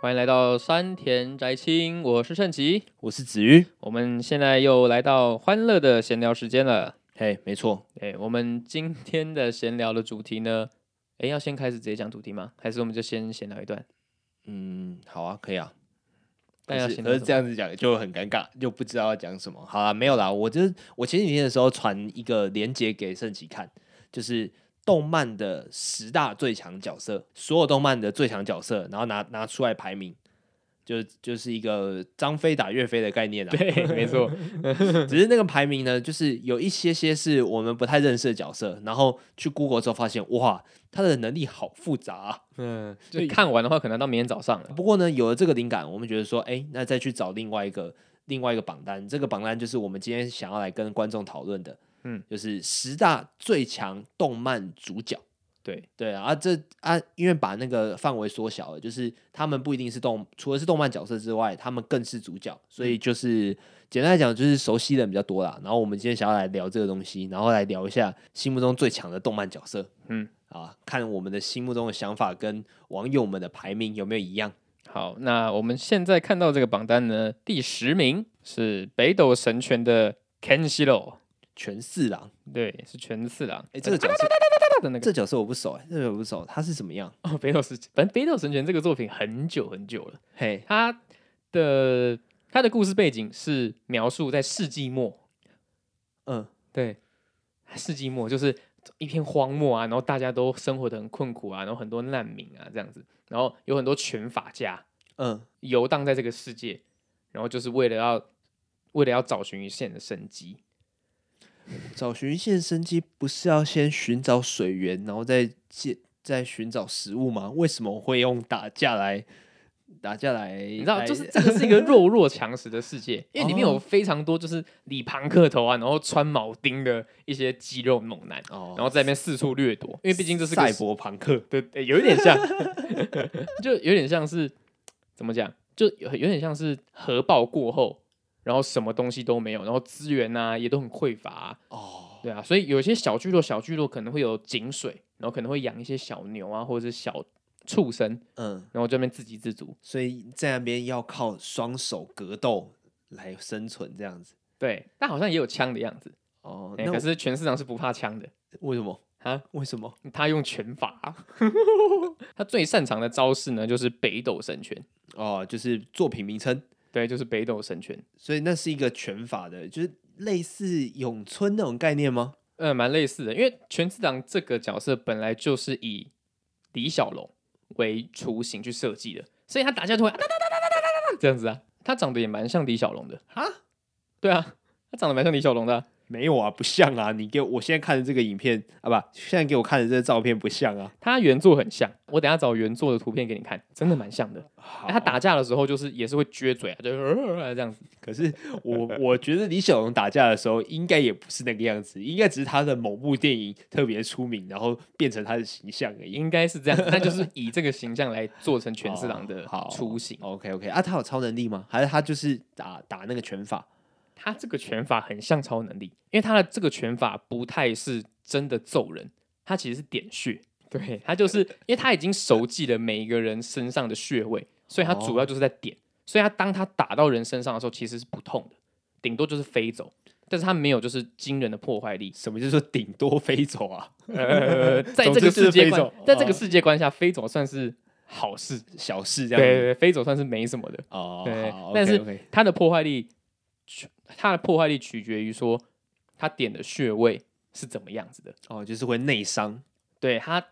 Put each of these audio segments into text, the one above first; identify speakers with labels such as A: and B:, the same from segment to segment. A: 欢迎来到山田宅青，我是盛吉。
B: 我是子瑜。
A: 我们现在又来到欢乐的闲聊时间了。
B: 嘿，没错，
A: 哎，我们今天的闲聊的主题呢？哎，要先开始直接讲主题吗？还是我们就先闲聊一段？
B: 嗯，好啊，可以啊。
A: 但
B: 但
A: 要
B: 是
A: 闲
B: 可
A: 聊
B: 是
A: 什
B: 这样子讲就很尴尬，就不知道要讲什么。好啦，没有啦，我就是我前几天的时候传一个链接给盛奇看，就是动漫的十大最强角色，所有动漫的最强角色，然后拿拿出来排名，就就是一个张飞打岳飞的概念啊。
A: 么， 对，没 错，
B: 只是那个排名呢，就是有一些些是我们不太认识的角色，然后去 Google 之后发现，哇，他的能力好复杂、啊。
A: 嗯，就看完的话，可能到明天早上了。
B: 不过呢，有了这个灵感，我们觉得说，哎，那再去找另外一个另外一个榜单，这个榜单就是我们今天想要来跟观众讨论的，
A: 嗯，
B: 就是十大最强动漫主角。
A: 对，
B: 对啊，啊这啊，因为把那个范围缩小了，就是他们不一定是动，除了是动漫角色之外，他们更是主角，所
A: 嗯
B: 以就是、简单来讲，就是熟悉的人比较多啦。然后我们今天想要来聊这个东西，然后来聊一下心目中最强的动漫角色，
A: 嗯，
B: 啊，看我们的心目中的想法跟网友们的排名有没有一样。
A: 好，那我们现在看到这个榜单呢，第十名是北斗神拳的 Kenshiro，
B: 全四郎，
A: 对，是全次郎。
B: 哎、这个角色，
A: 大的那个
B: 这角色我不熟、哎，这个我不熟，他是怎么样？
A: 哦，北斗神，反正北斗神拳这个作品很久很久了，
B: 嘿，
A: 它的它的故事背景是描述在世纪末，
B: 嗯，
A: 对，世纪末就是一片荒漠啊，然后大家都生活的很困苦啊，然后很多难民啊这样子，然后有很多拳法家，
B: 嗯，
A: 游荡在这个世界，然后就是为了要为了要找寻一线的生机。
B: 找寻一线生机，不是要先寻找水源，然后再借再寻找食物吗？为什么会用打架来打架来？
A: 你
B: 你
A: 知道，就是这个是一个弱肉强食的世 界，因为里面有
B: 哦
A: 非常多就是理庞克头啊，然后穿铆钉的一些肌肉猛男，
B: 哦
A: 然 后在那边四处掠夺。因为毕竟这是个
B: 赛博朋克，
A: 对，对有一点 像， 就有点像是怎么讲，就有有点像是核爆过后，然后什么东西都没有，然后资源啊也都很匮乏啊、
B: 哦，
A: 对啊，所以有些小聚落，小聚落可能会有井水，然后可能会养一些小牛啊，或者是小畜生，
B: 嗯，
A: 然后这边自给自足。
B: 所以在那边要靠双手格斗来生存，这样子。
A: 对，但好像也有枪的样子。
B: 哦，
A: 哎、
B: 那
A: 可
B: 我
A: 是全市场是不怕枪的
B: 为什么？
A: 啊，
B: 为什么？
A: 他用拳法啊、 他最擅长的招式呢就是北斗神拳。
B: 哦，就是作品名称。
A: 对，就是北斗神拳。
B: 所以那是一个拳法的，就是类似咏春那种概念吗？
A: 嗯，蛮类似的，因为全市长这个角色本来就是以李小龙为雏形去设计的，所以他打架就会啊哒哒哒哒哒哒哒哒这样子啊。他长得也蛮像李小龙的。
B: 啊，
A: 对啊，他长得蛮像李小龙的啊、
B: 没有啊，不像啊！你给我我现在看的这个影片啊，不，现在给我看的这个照片不像啊。
A: 他原作很像。我等一下找原作的图片给你看，真的蛮像的。
B: 好
A: 哎他打架的时候就是也是会撅嘴啊，就、呃、这样子。
B: 可是我 我觉得李小龙打架的时候应该也不是那个样子，应该只是他的某部电影特别出名，然后变成他的形象而已。
A: 应该是这样，那就是以这个形象来做成全次郎的
B: 哦好
A: 雏形。
B: OK OK 啊，他有超能力吗？还是他就是打打那个拳法？，
A: 他这个拳法很像超能力，因为他的这个拳法不太是真的揍人，他其实是点穴。对他就是因为他已经熟记了每一个人身上的穴位，所以他主要就是在点。所以他当他打到人身上的时候，其实是不痛的，顶多就是飞走。但是他没有就是惊人的破坏力
B: 什么叫做顶多飞走啊？
A: 呃，在这
B: 总之
A: 个
B: 就是
A: 世界
B: 飞
A: 观
B: 走，
A: 在这个
B: 哦
A: 世界观下，飞走算是好事。
B: 小事这
A: 对
B: 样
A: 对
B: 子。
A: 对，飞走算是没什么的。
B: 哦，
A: 对
B: 好
A: 但是
B: OK，OK
A: 它的破坏力取，它的破坏力取决于说它点的穴位是怎么样子的。
B: 哦，就是会内伤。
A: 对它，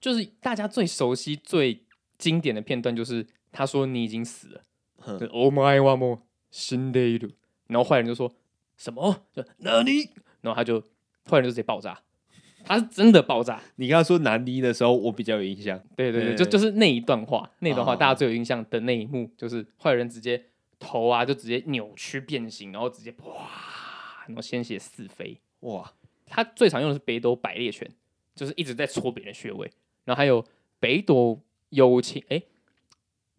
A: 就是大家最熟悉、最经典的片段，就是他说你已经死了，
B: 哼
A: 就 Oh my one more 新的一路，然后坏人就说什么？ 就那你，然后他就坏人就直接爆炸，他是真的爆炸。
B: 你刚刚说南泥的时候，我比较有印象。
A: 对对对，
B: 对
A: 就就是那一段话，那一段话
B: 嗯哦
A: 大家最有印象的那一幕，就是坏人直接头啊就直接扭曲变形，然后直接哇，然后鲜血四飞。
B: 哇，
A: 他最常用的是北斗百裂拳，就是一直在戳别人穴位，然后还有北斗幽青，哎，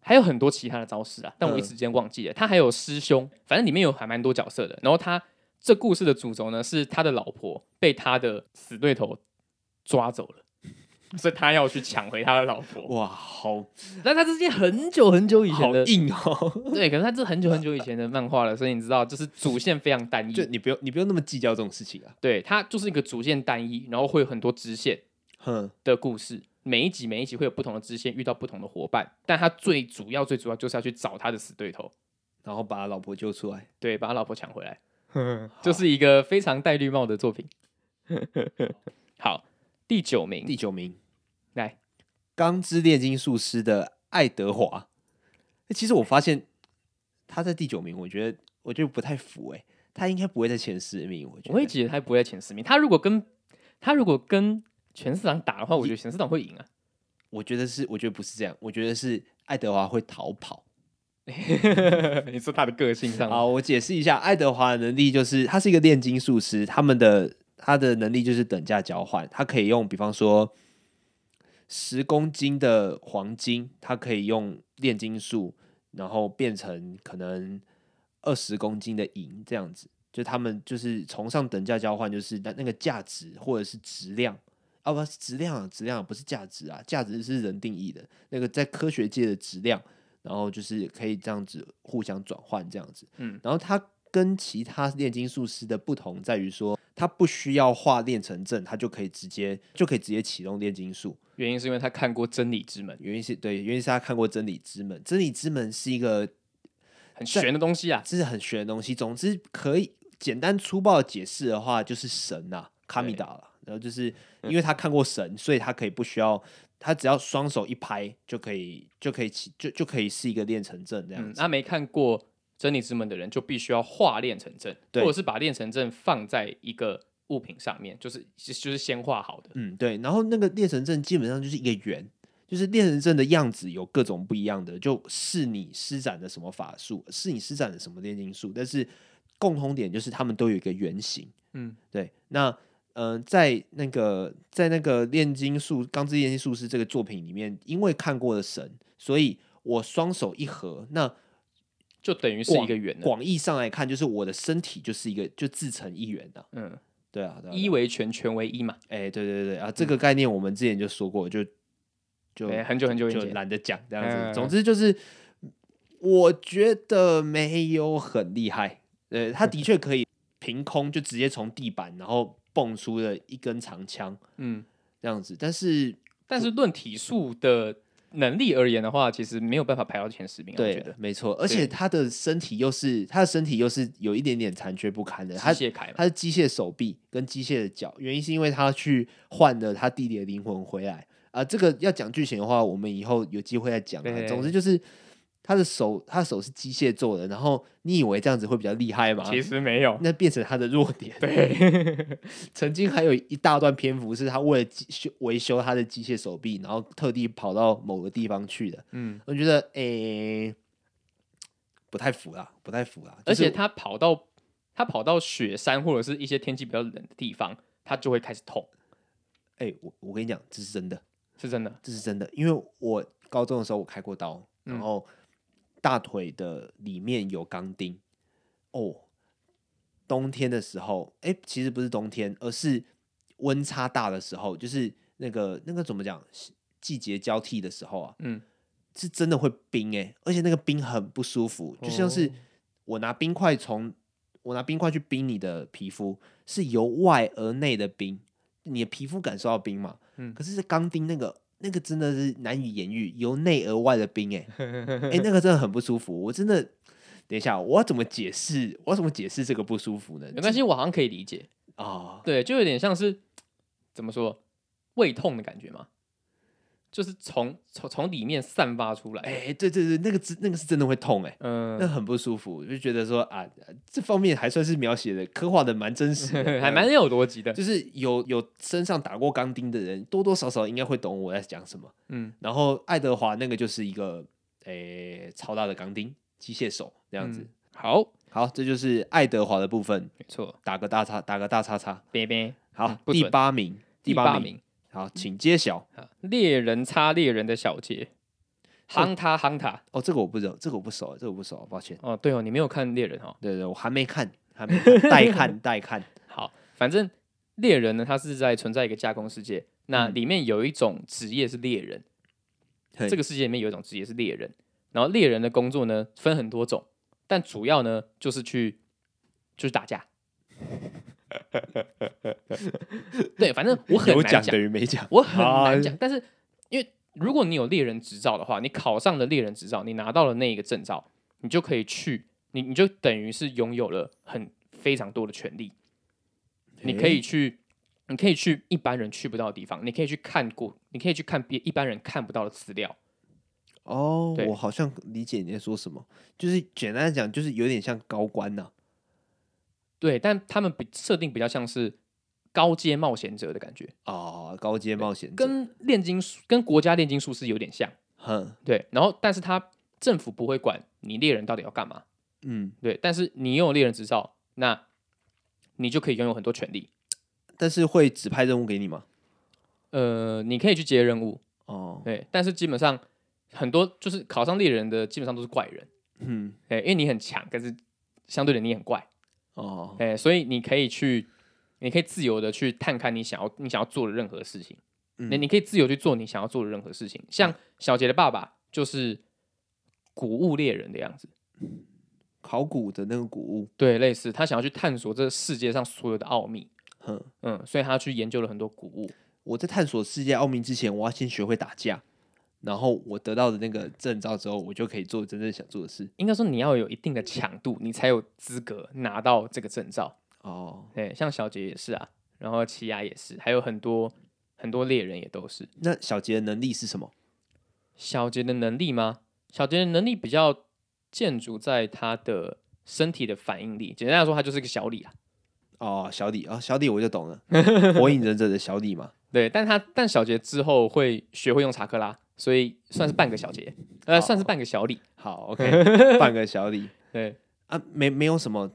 A: 还有很多其他的招式啊，但我一
B: 嗯
A: 时间忘记了。他还有师兄，反正里面有还蛮多角色的。然后他这故事的主轴呢，是他的老婆被他的死对头抓走了， 所以他要去抢回他的老婆。
B: 哇，好
A: 但他这是件很久很久以前
B: 好
A: 的，
B: 硬 哦！
A: 对，可是他这很久很久以前的漫画了，所以你知道，就是主线非常单一
B: 就，你不用你不用那么计较这种事情啊。
A: 对，它就是一个主线单一，然后会有很多支线
B: 哼，
A: 的故事，每一集每一集会有不同的支线遇到不同的伙伴，但他最主要最主要就是要去找他的死对头，
B: 然后把老婆救出来，
A: 对，把他老婆抢回来。就是一个非常戴绿帽的作品。好，第九名
B: 第九名，
A: 来，
B: 《钢之炼金术师》的爱德华。欸其实我发现他在第九名，我觉得我觉得不太符哎、他应该不会在前十名，我觉
A: 我会
B: 得。
A: 觉得他不会在前十名。他如果跟他如果跟全市长打的话，我觉得全市长会赢啊。
B: 我觉得是，我觉得不是这样，我觉得是爱德华会逃跑。
A: 你说他的个性 上
B: 好，我解释一下，爱德华的能力就是他是一个炼金术师，他们的他的能力就是等价交换，他可以用比方说十公斤的黄金，他可以用炼金术，然后变成可能二十公斤的银这样子。就他们就是崇尚等价交换，就是那那个价值或者是质量啊，不是质量啊，质量啊不是价值啊，价值是人定义的，那个在科学界的质量，然后就是可以这样子互相转换这样子。然后它跟其他炼金术师的不同在于说，它不需要画炼成阵，它就可以直接就可以直接启动炼金术。
A: 原因是因为他看过《真理之门》，
B: 原因是对，原因是他看过《真理之门》，《真理之门》是一个
A: 很玄的东西啊。
B: 这是很玄的东西。总之，可以简单粗暴地解释的话，就是神啊，卡米达啦。然后就是因为他看过神，所以他可以不需要，他只要双手一拍就可以，就可以起，就就可以是一个炼成阵这样
A: 嗯，
B: 子。
A: 那没看过《真理之门》的人就必须要画炼成阵，或
B: 对
A: 者是把炼成阵放在一个物品上面，就是就是先画好的。
B: 嗯，对。然后那个列神阵基本上就是一个圆，就是列神阵的样子有各种不一样的，就是你施展的什么法术，是你施展的什么炼金术，但是共同点就是他们都有一个原型。
A: 嗯，
B: 对，那呃，在那个在那个炼金术《钢之炼金术师》这个作品里面，因为看过了神，所以我双手一合，那
A: 就等于是一个圆的。
B: 广义上来看，就是我的身体就是一个就自成一元的、啊。
A: 嗯，
B: 对啊，对啊对啊
A: 一嗯为全，全为一嘛。
B: 哎、对对对啊，这个概念我们之前就说过，就就
A: 对，哎很久很久以
B: 就
A: 前。
B: 懒得讲这样子。
A: 嗯
B: 总之就是，我觉得没有很厉害。呃，他的确可以凭空就直接从地板然后蹦出了一根长枪
A: 嗯，
B: 这样子，但是
A: 但是论体术的能力而言的话，其实没有办法排到前十名、啊。我觉
B: 对
A: 得，
B: 没错，而且他的身体又是他的身体又是有一点点残缺不堪的，他
A: 机械凯嘛，
B: 他是机械手臂跟机械的脚，原因是因为他去换了他弟弟的灵魂回来啊、这个要讲剧情的话，我们以后有机会再讲、
A: 对
B: 啊。总之就是他的手，他的手是机械做的，然后你以为这样子会比较厉害吗？
A: 其实没有。
B: 那变成他的弱点。
A: 对，
B: 曾经还有一大段篇幅是他为了机修维修他的机械手臂，然后特地跑到某个地方去的。
A: 嗯，
B: 我觉得诶、不太服啦，不太服啦。
A: 而
B: 就是
A: 且他跑到他跑到雪山或者是一些天气比较冷的地方，他就会开始痛，
B: 哎、我我跟你讲，这是真的。
A: 是真的。
B: 这是真的，因为我高中的时候我开过刀，然
A: 嗯
B: 后大腿的里面有钢钉。哦，冬天的时候，哎、其实不是冬天，而是温差大的时候，就是那个那个怎么讲，季节交替的时候啊，
A: 嗯，
B: 是真的会冰哎、而且那个冰很不舒服，就像是
A: 哦
B: 我拿冰块从我拿冰块去冰你的皮肤，是由外而内的冰，你的皮肤感受到冰嘛？
A: 嗯
B: 可是这钢钉那个那个真的是难以言喻，由内而外的 冰哎、欸，哎、那个真的很不舒服，我真的。等一下，我要怎么解释？我要怎么解释这个不舒服呢？
A: 没关系，我好像可以理解。
B: 啊、
A: 对，就有点像是怎么说胃痛的感觉嘛，就是从从从里面散发出来。
B: 哎、对对对，那个真那个是真的会痛哎、
A: 嗯
B: 那，很不舒服，就觉得说啊，这方面还算是描写的刻画的蛮真实 的，
A: 还蛮有逻辑的。
B: 嗯就是有有身上打过钢钉的人，多多少少应该会懂我在讲什么。
A: 嗯，
B: 然后爱德华那个就是一个诶、超大的钢钉机械手这
A: 这
B: 样子。
A: 好，
B: 好，这就是爱德华的部分，
A: 没错，
B: 打个大叉，打个大叉叉。
A: 拜拜。
B: 好，
A: 嗯不
B: 第
A: 准
B: 八名，
A: 第
B: 八
A: 八名。
B: 好，请揭晓。
A: 啊，猎人插猎人的小杰，夯他夯他。
B: 哦，这个我不知道，这个我不熟，这个我不熟，啊抱歉。
A: 哦，对哦，你没有看猎人哦。
B: 对对，我还没看，还没看待看待看。
A: 好，反正猎人呢，他是在存在一个架空世界，那里面有一种职业是猎人，
B: 嗯嘿
A: 这个世界里面有一种职业是猎人，然后猎人的工作呢分很多种，但主要呢就是去就是打架。对，反正 我很
B: 有
A: 难
B: 讲
A: 讲，
B: 等于没讲，
A: 我很
B: 啊
A: 难讲。但是因为如果你有猎人执照的话，你考上了猎人执照，你拿到了那一个证照，你就可以去，你你就等于是拥有了很非常多的权利。你可以去，你可以去一般人去不到的地方，你可以去看过，你可以去看别一般人看不到的资料。
B: 哦
A: 对，
B: 我好像理解你在说什么，就是简单的讲，就是有点像高官呐、
A: 对，但他们比设定比较像是高阶冒险者的感觉，
B: 哦，高阶冒险者，
A: 跟炼金术跟国家炼金术师有点像。
B: 哼，
A: 对，然后但是他政府不会管你猎人到底要干嘛。
B: 嗯，
A: 对，但是你拥有猎人执照，那你就可以拥有很多权利。
B: 但是会指派任务给你吗？
A: 呃，你可以去接任务，
B: 哦，
A: 对，但是基本上很多就是考上猎人的基本上都是怪人，
B: 嗯，
A: 哎，因为你很强，但是相对的你很怪，
B: 哦，
A: 哎，所以你可以去，你可以自由的去探看你想要你想要做的任何事情，你、
B: 嗯
A: 你可以自由去做你想要做的任何事情，像小杰的爸爸就是古物猎人的样子，
B: 考古的那个古物，
A: 对，类似他想要去探索这世界上所有的奥秘，
B: 哼，
A: 嗯，所以他去研究了很多古物，
B: 我在探索世界奥秘之前，我要先学会打架，然后我得到的那个证照之后，我就可以做真正想做的事。
A: 应该说你要有一定的强度，你才有资格拿到这个证照。
B: 哦，
A: 对，像小杰也是啊，然后奇亚也是，还有很多很多猎人也都是。
B: 那小杰的能力是什么？
A: 小杰的能力吗？小杰的能力比较建筑在他的身体的反应力，简单来说，他就是个小李啊。
B: 哦，小李哦，小李我就 懂了，火影忍者的小李嘛。
A: 对，但他但小杰之后会学会用查克拉，所以算是半个小杰，呃，
B: 好
A: 算是半个小李。
B: 好，OK，半个小李
A: 对，
B: 啊，没没有什么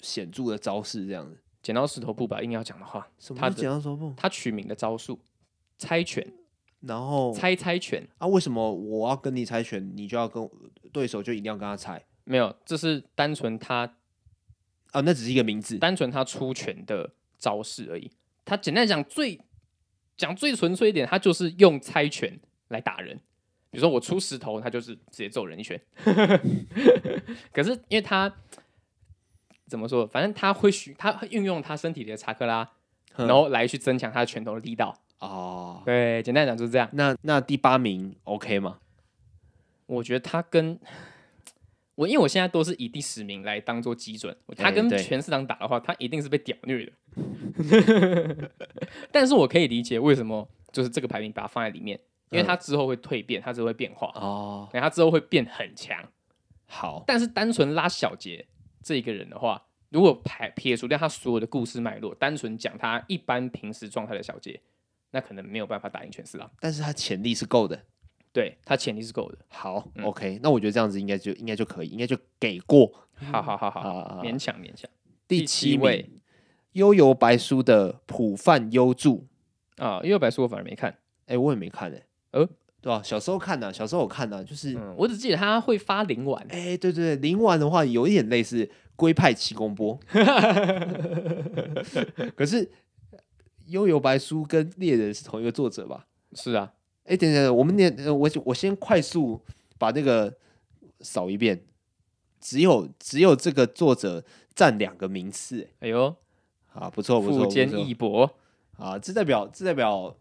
B: 显著的招式这样子。
A: 剪刀石头布吧，硬要讲的话，
B: 什
A: 他
B: 么
A: 的
B: 是剪刀手不？
A: 他取名的招数猜拳，
B: 然后
A: 猜猜拳，
B: 啊，为什么我要跟你猜拳，你就要跟我对手就一定要跟他猜
A: 没有，这是单纯他
B: 啊？那只是一个名字。
A: 单纯他出拳的招式而已。他简单讲最讲最纯粹一点，他就是用猜拳来打人。比如说我出石头，他就是直接揍人一拳。 可是因为他怎么说，反正他会许他会运用他身体里的查克拉，
B: 哼
A: 然后来去增强他的拳头的力道。
B: 哦，
A: 对，简单讲就是这样。
B: 那那第八名 OK 吗？
A: 我觉得他跟我，因为我现在都是以第十名来当做基准，他
B: 哎
A: 跟
B: 对
A: 全市场打的话，他一定是被屌虐的。 但是我可以理解为什么就是这个排名把它放在里面，因为他之后会蜕变，他之后会变化，
B: 嗯哦，
A: 然后他之后会变很强。
B: 好，
A: 但是单纯拉小杰这一个人的话，如果排撇除掉他所有的故事脉络，单纯讲他一般平时状态的小杰，那可能没有办法打赢全市场。
B: 但是他潜力是够的。
A: 对他潜力是够的。
B: 好、
A: 嗯
B: o k 那我觉得这样子应该就应该就可以，应该就给过
A: 好好好好，
B: 啊。
A: 勉强勉强。
B: 第
A: 第
B: 七
A: 七
B: 名
A: 位，
B: 悠游白书的浦饭优助，
A: 啊，因为白书我反而没看，
B: 哎、我也没看哎、
A: 呃
B: 对吧、小时候看的、小时候我看的、啊就是
A: 嗯，我只记得他会发灵丸，
B: 哎、对对对，灵丸的话有一点类似龟派气 功波，可是幽游白书跟猎人是同一个作者吧？
A: 是啊，
B: 哎、等一下等一下，我们念，呃我我先快速把那个扫一遍，只有只有这个作者占两个名次，
A: 哎呦，
B: 啊，不错不错，
A: 富
B: 不
A: 坚
B: 错
A: 义博，
B: 啊，这代表这代表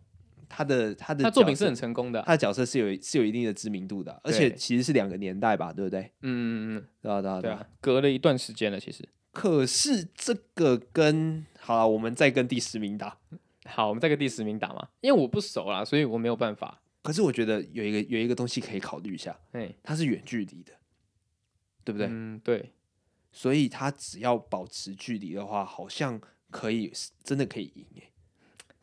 B: 他的他的
A: 他作
B: 角
A: 品是
B: 色
A: 很成功的啊，
B: 他的角色是有是有一定的知名度的啊，而且
A: 对
B: 其实是两个年代吧，对不对？
A: 嗯嗯嗯
B: 对啊对啊
A: 嗯，对啊，隔了一段时间了，其实。
B: 可是这个跟好了，我们再跟第十名打。
A: 好，我们再跟第十名打嘛，因为我不熟啦，所以我没有办法。
B: 可是我觉得有一个有一个东西可以考虑一下，
A: 哎，
B: 它是远距离的，对不对？
A: 嗯，对，
B: 所以它只要保持距离的话，好像可以真的可以赢诶。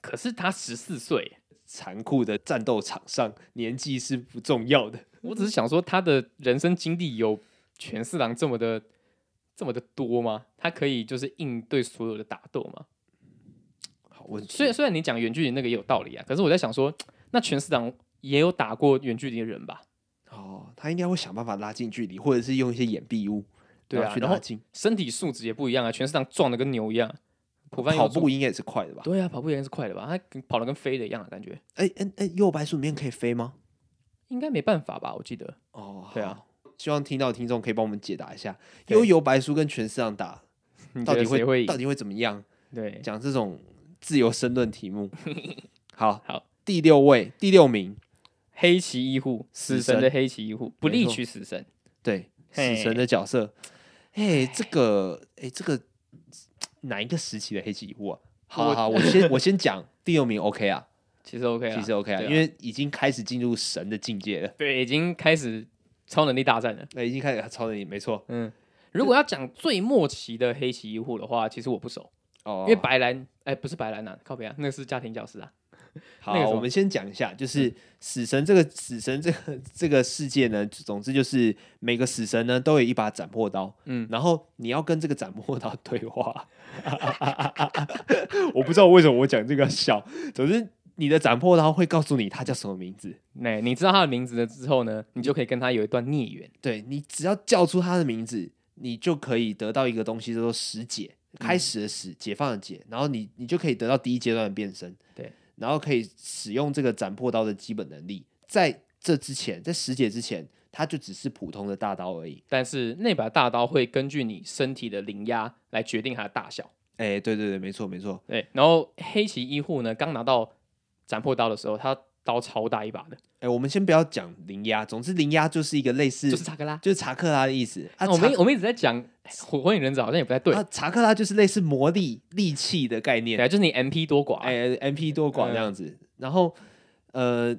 A: 可是他十四岁，
B: 残酷的战斗场上，年纪是不重要的。
A: 我只是想说他的人生经历有全四郎这么的这么的多吗？他可以就是应对所有的打斗吗？
B: 好问题，
A: 虽然虽然你讲远距离那个也有道理啊，可是我在想说，那全市长也有打过远距离的人吧？
B: 哦，他应该会想办法拉近距离，或者是用一些掩蔽物，
A: 对啊
B: 然后去
A: 然后
B: 拉近。
A: 身体素质也不一样啊，全市长壮的跟牛一样，浦饭
B: 跑
A: 右
B: 步应该也是快的吧？
A: 对啊，跑步应该是快的吧？他跟跑得跟飞的一样的感觉，
B: 哎哎哎，右白树里面可以飞吗？
A: 应该没办法吧？我记得
B: 哦，
A: 对
B: 好
A: 啊，
B: 希望听到的听众可以帮我们解答一下，
A: 对
B: 悠游白书跟全市长打
A: 你
B: 到
A: 觉
B: 底
A: 得谁
B: 会
A: 会
B: 到
A: 赢？
B: 底会怎么样？
A: 对，
B: 讲这种自由申论 题目，好
A: 好，
B: 第六位第六名，
A: 黑崎一护，
B: 死
A: 死神
B: 神
A: 的黑崎一护，不
B: 没
A: 力
B: 错
A: 取死神，
B: 对死
A: 嘿
B: 神的角色，哎，这个哎这个哪一个时期的黑崎一护啊？好
A: 我
B: 好， 我先我先讲第六名 OK 啊，
A: 其实 OK 啊，
B: 其实 OK 啊，
A: 对
B: 因为已经开始进入神的境界了，
A: 对已经开始超能力大战了。
B: 那已经开始超能力，没错
A: 嗯，如果要讲最末期的黑崎一护的话，其实我不熟，
B: 哦
A: 因为白兰哎不是白兰呐，靠北啊，那是家庭教师啊。
B: 好，
A: 那个什么
B: 我们先讲一下，就是死神这个死神这个这个世界呢，总之就是每个死神呢都有一把斩魄刀，
A: 嗯，
B: 然后你要跟这个斩魄刀对话。 我不知道为什么我讲这个要笑，总之你的斩魄刀会告诉你他叫什么名字。
A: 那你知道他的名字了之后呢，你就可以跟他有一段孽缘。
B: 对你只要叫出他的名字，你就可以得到一个东西叫做十解，开始的始，解放的解，然后你你就可以得到第一阶段的变身，
A: 对，
B: 然后可以使用这个斩破刀的基本能力。在这之前，在十解之前，它就只是普通的大刀而已。
A: 但是那把大刀会根据你身体的灵压来决定它的大小。
B: 哎、对对对，没错没错，
A: 对，然后黑崎一护呢，刚拿到斩破刀的时候，他刀超大一把的，
B: 哎、我们先不要讲灵压，总之灵压就是一个类似，
A: 就是查克拉。
B: 就是查克拉的意思啊。
A: 啊、我
B: 查
A: 们我们一直在讲火火影忍者，好像也不太对，
B: 啊，查克拉就是类似魔力利器的概
A: 对
B: 念
A: 啊，，就是你 MP 多寡啊、
B: 哎、m p 多寡这样子。然后，呃，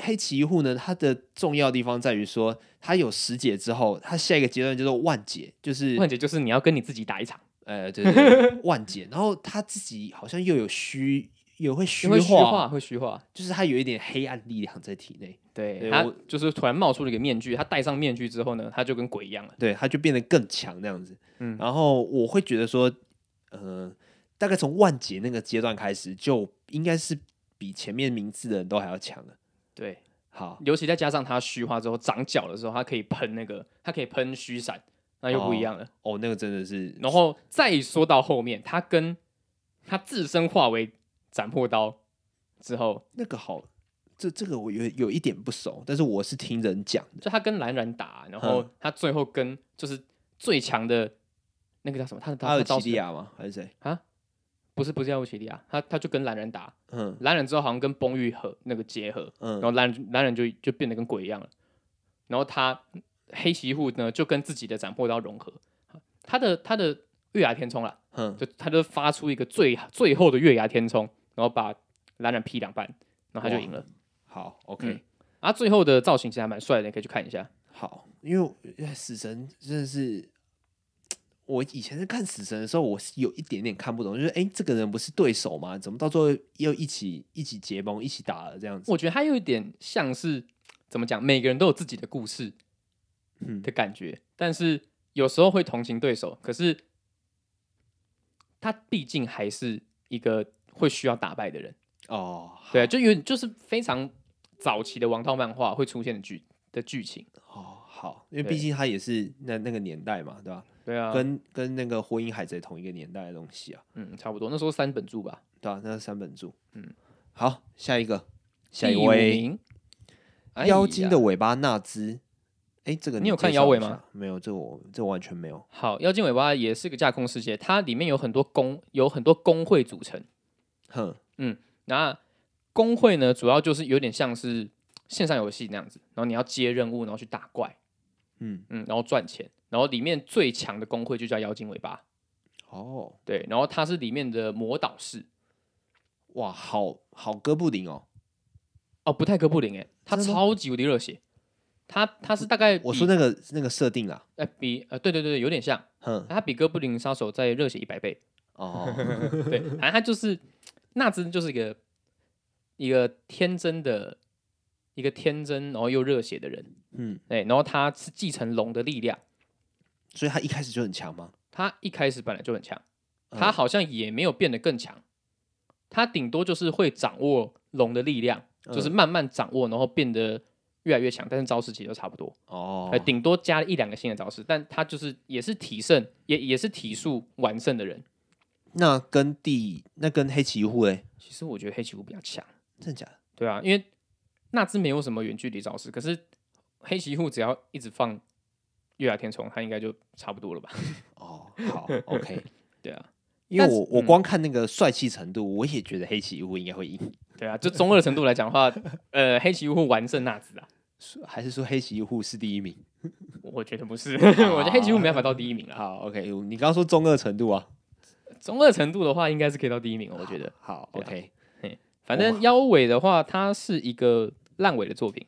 B: 黑崎一护呢，它的重要地方在于说，它有十解之后，它下一个阶段叫做万解，就是
A: 幻觉就是你要跟你自己打一场，
B: 呃，对对对万解。然后他自己好像又有虚，有会虚
A: 因为虚
B: 化，
A: 化，会虚化。
B: 就是他有一点黑暗力量在体内，
A: 对
B: 对
A: 他
B: 我
A: 就是突然冒出了一个面具，他戴上面具之后呢，他就跟鬼一样了。
B: 对，他就变得更强这样子。
A: 嗯
B: 然后我会觉得说，呃，大概从万解那个阶段开始，就应该是比前面名字的人都还要强了。
A: 对，
B: 好，
A: 尤其再加上他虚化之后长脚的时候，他可以喷那个，他可以喷虚闪，那又不一样了。
B: 哦，那个真的是
A: 然后再说到后面，他跟他自身化为斩破刀之后，
B: 那个好，这这个我有有一点不熟，但是我是听人讲的。
A: 就他跟蓝染打，然后他最后跟就是最强的那个叫什么？他的
B: 阿
A: 刀
B: 尔
A: 刀
B: 奇利亚吗？还是谁？
A: 不是不是要乌奇利亚，他他就跟蓝染打，
B: 嗯
A: 蓝染之后好像跟崩玉和那个结合，然
B: 嗯，
A: 后蓝蓝染就就变得跟鬼一样了。然后他黑崎一护呢就跟自己的斩破刀融合，他的他的月牙天冲啦，
B: 嗯，
A: 就他就发出一个最最后的月牙天冲，然后把蓝染劈两半，然后他就赢了。
B: 好，OK，、
A: 嗯啊，最后的造型其实还蛮帅的，你可以去看一下。
B: 好，因为我因为呃死神真的是，我以前在看死神的时候，我是有一点点看不懂，就是哎、诶这个人不是对手吗？怎么到最后又一起一起结盟、一起打了这样子？
A: 我觉得他有一点像是怎么讲，每个人都有自己的故事
B: 嗯
A: 的感觉，但是有时候会同情对手，可是他毕竟还是一个会需要打败的人。
B: 哦，好
A: 对啊，就有点就是非常早期的王道漫画会出现的剧的剧情。
B: 哦，好，因为
A: 对
B: 毕竟他也是那那个年代嘛，对吧？
A: 对啊，
B: 跟跟那个《火影海贼》同一个年代的东西啊。
A: 嗯差不多，那时候三本柱吧。
B: 对啊，那是三本柱。
A: 嗯
B: 嗯，好，下一个，下一
A: 第五
B: 位，
A: 名，哎
B: 妖精
A: 呀
B: 的尾巴纳兹。哎，这个
A: 你有
B: 介
A: 看
B: 绍
A: 妖
B: 一
A: 尾
B: 下
A: 吗？
B: 没有，这个我这个完全没有。
A: 好，妖精尾巴也是个架空世界，它里面有很多工，有很多工会组成。
B: 哼，
A: 那工会呢，主要就是有点像是线上游戏那样子，然后你要接任务，然后去打怪，
B: 嗯，
A: 嗯，然后赚钱，然后里面最强的工会就叫妖精尾巴，
B: 哦，
A: 对，然后它是里面的魔导士，
B: 哇，好好哥布林哦。
A: 哦，不太哥布林哎，他
B: 真的吗
A: 超级无敌热血，他他是大概
B: 我
A: 比
B: 说那个那个设定啊，
A: 哎比呃对对对有点像，
B: 哼，
A: 他比哥布林杀手再热血一百倍，
B: 哦，
A: 对，反正他就是纳兹就是一个一个天真的，一个天真然后又热血的人，
B: 嗯，
A: 哎，然后他是继承龙的力量，
B: 所以他一开始就很强吗？
A: 他一开始本来就很强，
B: 嗯
A: 他好像也没有变得更强，他顶多就是会掌握龙的力量，
B: 嗯
A: 就是慢慢掌握，然后变得越来越强，但是招式其实都差不多，
B: 哦
A: 呃，，顶多加了一两个新的招式，但他就是也是体胜，也也是体术完胜的人，
B: 那跟第那跟黑崎一护嘞，
A: 其实我觉得黑崎护比较强，
B: 真的假的？
A: 对啊，因为纳兹没有什么远距离招式，可是黑崎护只要一直放月牙天虫，他应该就差不多了吧？
B: 哦，好，OK。
A: 对啊，
B: 因为
A: 但是
B: 我我
A: 嗯
B: 光看那个帅气程度，我也觉得黑崎一护应该会赢，
A: 对啊，就中二程度来讲的话， 呃，黑崎护完胜纳兹啊，
B: 还是说黑崎一护是第一名？
A: 我觉得不是，我觉得黑崎护没办法到第一名啊。
B: 好，OK，你刚刚说中二程度啊？
A: 中二程度的话，应该是可以到第一名，我觉得。
B: 好
A: 对啊
B: ，OK，
A: 反正腰尾的话，它是一个烂尾的作品，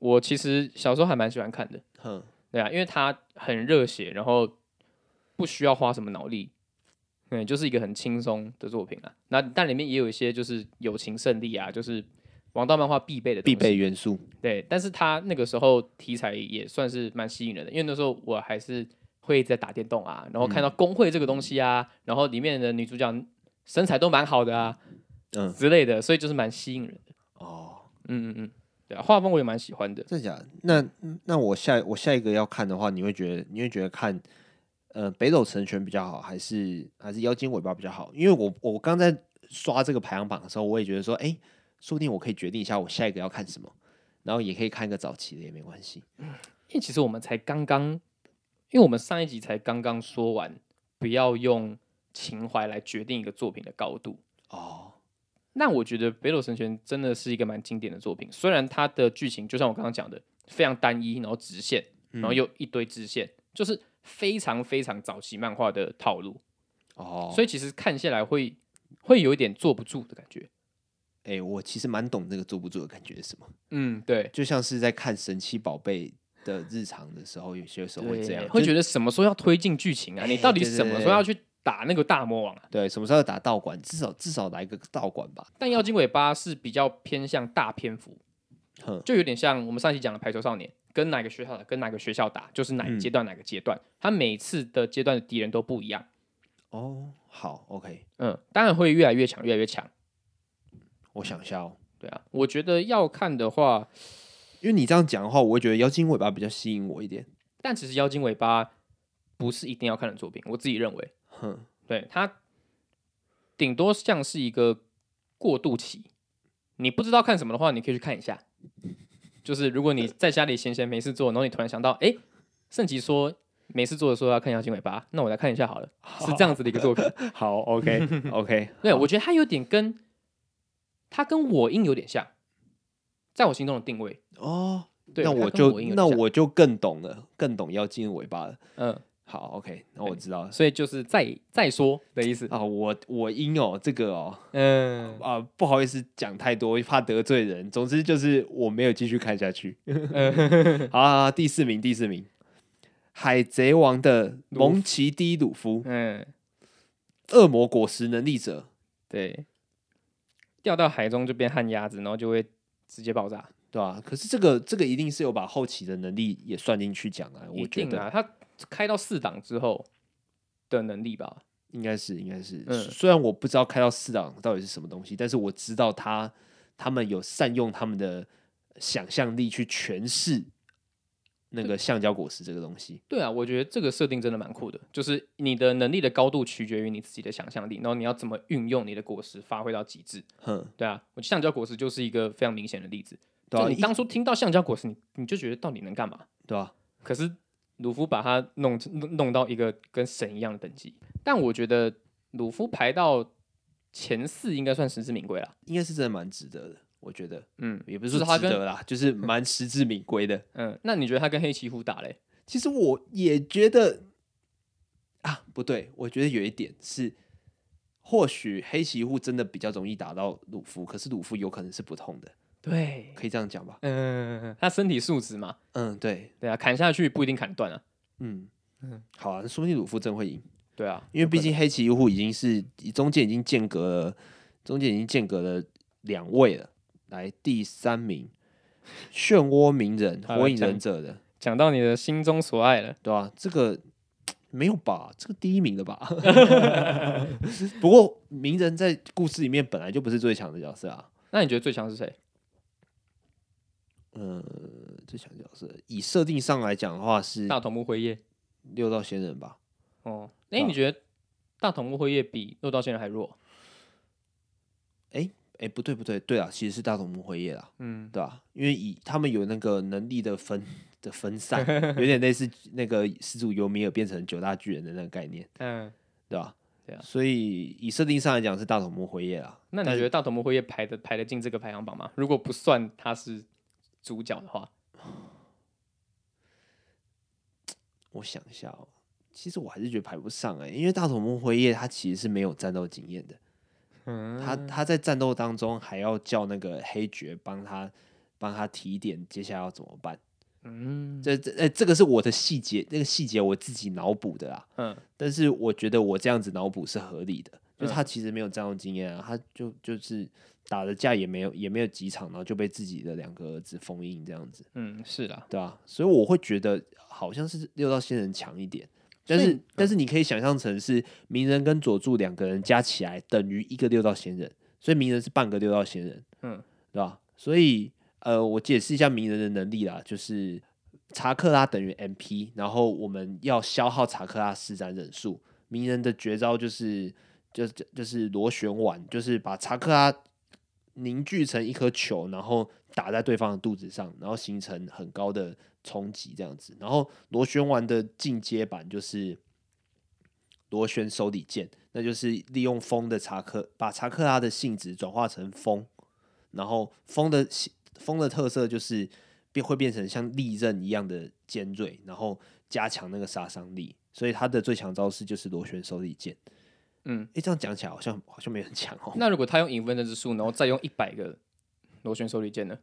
A: 我其实小时候还蛮喜欢看的。
B: 哼，
A: 对啊，因为它很热血，然后不需要花什么脑力，嗯，就是一个很轻松的作品啊。那但里面也有一些就是友情胜利啊，就是王道漫画必备的东西
B: 必备元素，哦
A: 对，但是他那个时候题材也算是蛮吸引人的，因为那时候我还是会在打电动啊，然后看到工会这个东西啊，然后里面的女主角身材都蛮好的啊
B: 嗯，
A: 之类的，所以就是蛮吸引人的。
B: 哦，
A: 嗯嗯嗯，对啊，画风我也蛮喜欢的。
B: 真的假的？那那我下我下一个要看的话，你会觉得你会觉得看呃北斗神拳比较好，还是还是妖精尾巴比较好？因为我我刚在刷这个排行榜的时候，我也觉得说，哎、说不定我可以决定一下我下一个要看什么，然后也可以看一个早期的也没关系。
A: 因为其实我们才刚刚，因为我们上一集才刚刚说完，不要用情怀来决定一个作品的高度。
B: 哦，
A: 那我觉得《北斗神拳》真的是一个蛮经典的作品，虽然它的剧情就像我刚刚讲的非常单一，然后直线，然
B: 嗯
A: 后又一堆支线，就是非常非常早期漫画的套路，
B: 哦，
A: 所以其实看下来会会有一点坐不住的感觉。
B: 哎、我其实蛮懂这个坐不住的感觉是什么，
A: 嗯，对，
B: 就像是在看神奇宝贝的日常的时候，有些时候会这样，
A: 会
B: 就
A: 觉得什么时候要推进剧情啊？
B: 哎
A: 你到底
B: 对对
A: 什么时候要去打那个大魔王啊？
B: 对什么时候打道馆，至少至少来个道馆吧。
A: 但妖精尾巴是比较偏向大篇幅，
B: 哼，
A: 就有点像我们上一期讲的《排球少年》，跟哪个学校打，跟哪个学校打，就是哪个
B: 嗯
A: 阶段、哪个阶段，他每次的阶段的敌人都不一样。
B: 哦，好，OK，
A: 嗯，当然会越来越强，越来越强。
B: 我想一下哦，
A: 对啊，我觉得要看的话，
B: 因为你这样讲的话，我会觉得妖精尾巴比较吸引我一点。
A: 但其实《妖精尾巴》不是一定要看的作品，我自己认为，
B: 哼，
A: 对它顶多像是一个过渡期。你不知道看什么的话，你可以去看一下。就是如果你在家里闲闲没事做，然后你突然想到，哎，圣吉说没事做的时候要看《妖精尾巴》，那我来看一下好了， 是这样子的一个作 品。
B: 好，OK，OK，
A: 对，我觉得它有点跟它跟我印有点像，在我心中的定位。
B: 哦，
A: 对，
B: 那
A: 它
B: 我
A: 跟
B: 就
A: 我印有
B: 那
A: 点像
B: 我就更懂了，更懂妖精尾巴了。
A: 嗯，
B: 好，OK，那我知道了。
A: 所以就是再再说的意思。
B: 啊，我我因哦，这个哦，
A: 嗯
B: 啊，不好意思讲太多，怕得罪人。总之就是我没有继续看下去。
A: 嗯
B: 好好好，第四名，第四名，《海贼王》的蒙奇 D 鲁夫，
A: 嗯，
B: 恶魔果实能力者，
A: 对，掉到海中就变旱鸭子，然后就会直接爆炸。
B: 对吧、可是这个这个一定是有把后期的能力也算进去讲啊，
A: 一
B: 我觉
A: 定
B: 得
A: 啊，它开到四档之后的能力吧。
B: 应该是应该是。
A: 嗯
B: 虽然我不知道开到四档到底是什么东西，但是我知道他他们有善用他们的想象力去诠释那个橡胶果实这个东西。
A: 对啊，我觉得这个设定真的蛮酷的，就是你的能力的高度取决于你自己的想象力，然后你要怎么运用你的果实发挥到极致。
B: 哼，
A: 对啊，我橡胶果实就是一个非常明显的例子。
B: 对啊
A: 就你
B: 一
A: 当初听到橡胶果实，你你就觉得到底能干嘛？
B: 对吧、
A: 可是鲁夫把他弄弄弄到一个跟神一样的等级，但我觉得鲁夫排到前四应该算实至名归了。
B: 应该是真的蛮值得的，我觉得
A: 嗯
B: 也不是
A: 至
B: 说
A: 少它
B: 值
A: 跟
B: 得啦，就是蛮实至名归的。
A: 嗯，那你觉得他跟黑崎虎打嘞？
B: 其实我也觉得啊，不对，我觉得有一点是，或许黑崎护真的比较容易打到鲁夫，可是鲁夫有可能是不痛的，
A: 对，
B: 可以这样讲吧？
A: 嗯，他身体素质嘛，
B: 嗯，对，
A: 对啊，砍下去不一定砍断啊。
B: 嗯
A: 嗯
B: 好啊，说不定鲁夫真会赢，
A: 对啊，
B: 因为毕竟黑崎护已经是中间已经间隔了，中间已经间隔了两位了，来第三名，漩涡鸣人，
A: 好
B: 火
A: 来
B: 影
A: 讲
B: 忍者的。
A: 讲到你的心中所爱了，
B: 对吧、这个没有吧？这个第一名 的吧？ 不过鸣人在故事里面本来就不是最强的角色啊。
A: 那你觉得最强是谁？
B: 嗯，最强角色以设定上来讲的话是
A: 大头目辉夜。
B: 六道仙人吧？
A: 哦，哎、
B: 对啊
A: 你觉得大同辉夜比肉道仙人还弱。
B: 哎、不对不对，对啊，其实是大同盟辉夜啦，
A: 嗯，
B: 对吧、因为以他们有那个能力的分的 分散，有点类似那个始祖尤米尔变成九大巨人的那个概念，
A: 嗯，
B: 对吧、
A: 对啊
B: 所以以设定上来讲是大同盟辉夜啦。
A: 那你
B: 但
A: 觉得大同辉夜排的排得进这个排行榜吗？如果不算他是主角的话，
B: 我想一下哦，其实我还是觉得排不上哎、因为大同盟辉夜他其实是没有战斗经验的，
A: 嗯，
B: 他他在战斗当中还要叫那个黑爵帮他帮他提点接下来要怎么办，
A: 嗯
B: 这这呃这个是我的细节，那个细节我自己脑补的啦。
A: 嗯
B: 但是我觉得我这样子脑补是合理的，就
A: 嗯
B: 他其实没有战斗经验啊，他就就是打的架也没有也没有几场，然后就被自己的两个儿子封印这样子，
A: 嗯，是啦，
B: 对吧、啊所以我会觉得好像是六道仙人强一点，但
A: 所以嗯
B: 是但是你可以想象成是鸣人跟佐助两个人加起来等于一个六道仙人，所以鸣人是半个六道仙人，
A: 嗯，
B: 对吧、所以呃，我解释一下鸣人的能力啦，就是查克拉等于 MP，然后我们要消耗查克拉施展忍术。鸣人的绝招就是就就就是螺旋丸，就是把查克拉凝聚成一颗球，然后打在对方的肚子上，然后形成很高的冲击这样子。然后螺旋丸的进阶版就是螺旋手里剑，那就是利用风的查克，把查克拉的性质转化成风，然后风的性风的特色就是变会变成像利刃一样的尖锐，然后加强那个杀伤力。所以它的最强招式就是螺旋手里剑。
A: 嗯，
B: 诶，这样讲起来好像好像没有很强哦。
A: 那如果他用影分身之术，然后再用一百个螺旋手里剑呢？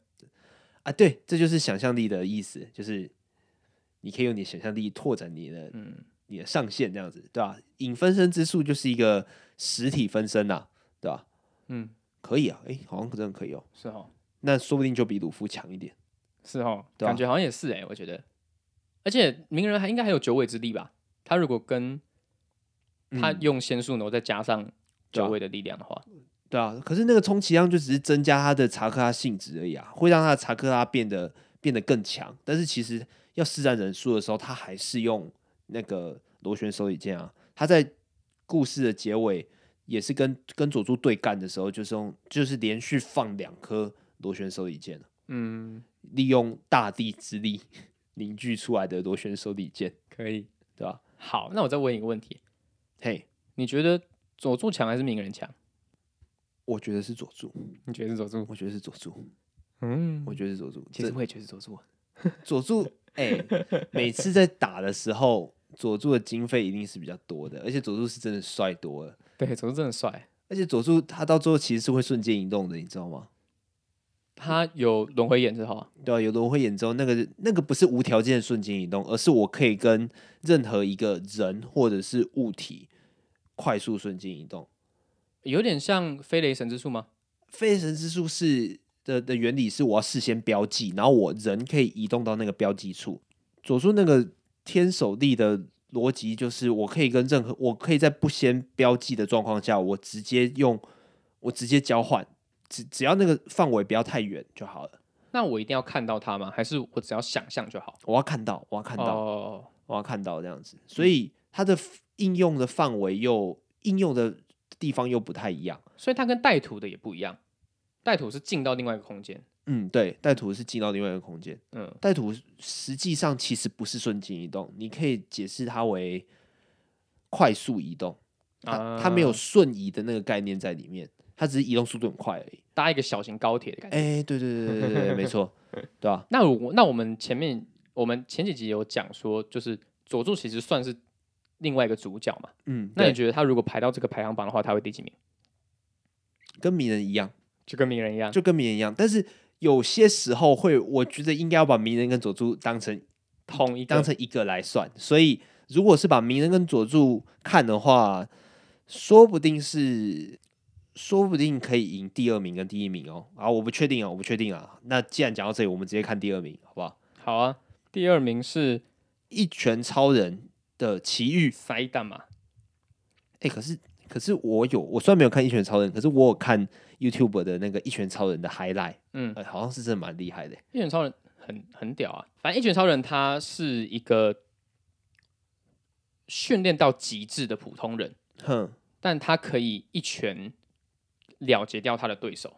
B: 啊，对，这就是想象力的意思，就是你可以用你的想象力拓展你的
A: 嗯
B: 你的上限，这样子，对吧、影分身之术就是一个实体分身呐、对吧、
A: 嗯，
B: 可以啊，诶，好像真的可以哦。
A: 是哦，
B: 那说不定就比鲁夫强一点。
A: 是哦，
B: 对啊
A: 感觉好像也是哎、我觉得，而且鸣人还应该还有九尾之力吧？他如果跟他
B: 嗯
A: 用仙术，然后再加上
B: 对
A: 九
B: 啊
A: 尾的力量的话，
B: 对啊，可是那个充其量就只是增加他的查克拉性质而已啊，会让他的查克拉变得变得更强。但是其实要施展忍术的时候，他还是用那个螺旋手里剑啊。他在故事的结尾也是跟跟佐助对干的时候，就是用就是连续放两颗螺旋手里剑啊，
A: 嗯，
B: 利用大地之力 凝聚出来的螺旋手里剑，
A: 可以。
B: 对吧、
A: 好，那我再问一个问题，
B: 嘿，
A: 你觉得佐助强还是鸣人强？
B: 我觉得是佐助，
A: 你觉得是佐助？
B: 我觉得是佐助，
A: 嗯
B: 我觉得是佐助。
A: 其实我也觉得是佐助。啊
B: 佐助，哎、每次在打的时候，佐助的经费一定是比较多的，而且佐助是真的帅多了，
A: 对，佐助真的 帅，
B: 而且佐助他到最后其实是会瞬间移动的，你知道吗？
A: 他有轮回眼之后啊，
B: 对啊，有轮回眼之后，那个那个不是无条件的瞬间移动，而是我可以跟任何一个人或者是物体快速瞬间移动。
A: 有点像飞雷神之术吗？
B: 飞神 E 之术是的的原理是我要事先标记，然后我人可以移动到那个标记处。佐助那个天手力的逻辑就是，我可以跟任何，我可以在不先标记的状况下，我直接用，我直接交换，只只要那个范围不要太远就好了。
A: 那我一定要看到他吗？还是我只要想象就好？
B: 我要看到，我要看到，
A: 哦，
B: 我要看到这样子，所以它的应用的范围又应用的地方又不太一样。
A: 所以它跟带土的也不一样，带土是进到另外一个空间。
B: 嗯，对，带图是进到另外一个空间。
A: 嗯，
B: 带土实际上其实不是瞬间移动，你可以解释它为快速移动，它它没有
A: 啊
B: 瞬移的那个概念在里面，它只是移动速度很快而已。
A: 搭一个小型高铁的感觉。
B: 哎、对对对对对对，没 错，对吧、
A: 那我那我们前面我们前几集有讲说，就是佐助其实算是另外一个主角嘛。
B: 嗯，
A: 那你
B: 对，
A: 觉得他如果排到这个排行榜的话，他会第几名？
B: 跟鸣人一样，
A: 就跟鸣人一样，
B: 就跟鸣人一样，但是有些时候会，我觉得应该要把鸣人跟佐助当成
A: 同一
B: 当
A: 个。
B: 成一个来算，所以如果是把鸣人跟佐助看的话，说不定是，说不定可以赢第二名跟第一名哦。啊，我不确定啊，我不确定啊。那既然讲到这里，我们直接看第二名，好不好？
A: 好啊，第二名是
B: 一拳超人的奇遇，
A: 塞蛋嘛，
B: 哎、可是可是我有，我虽然没有看一拳超人，可是我有看 YouTube 的那个一拳超人的 highlight，
A: 嗯
B: 哎、好像是真的蛮厉害的。
A: 一拳超人很很屌啊。反正一拳超人他是一个训练到极致的普通人，
B: 哼，
A: 但他可以一拳了结掉他的对手，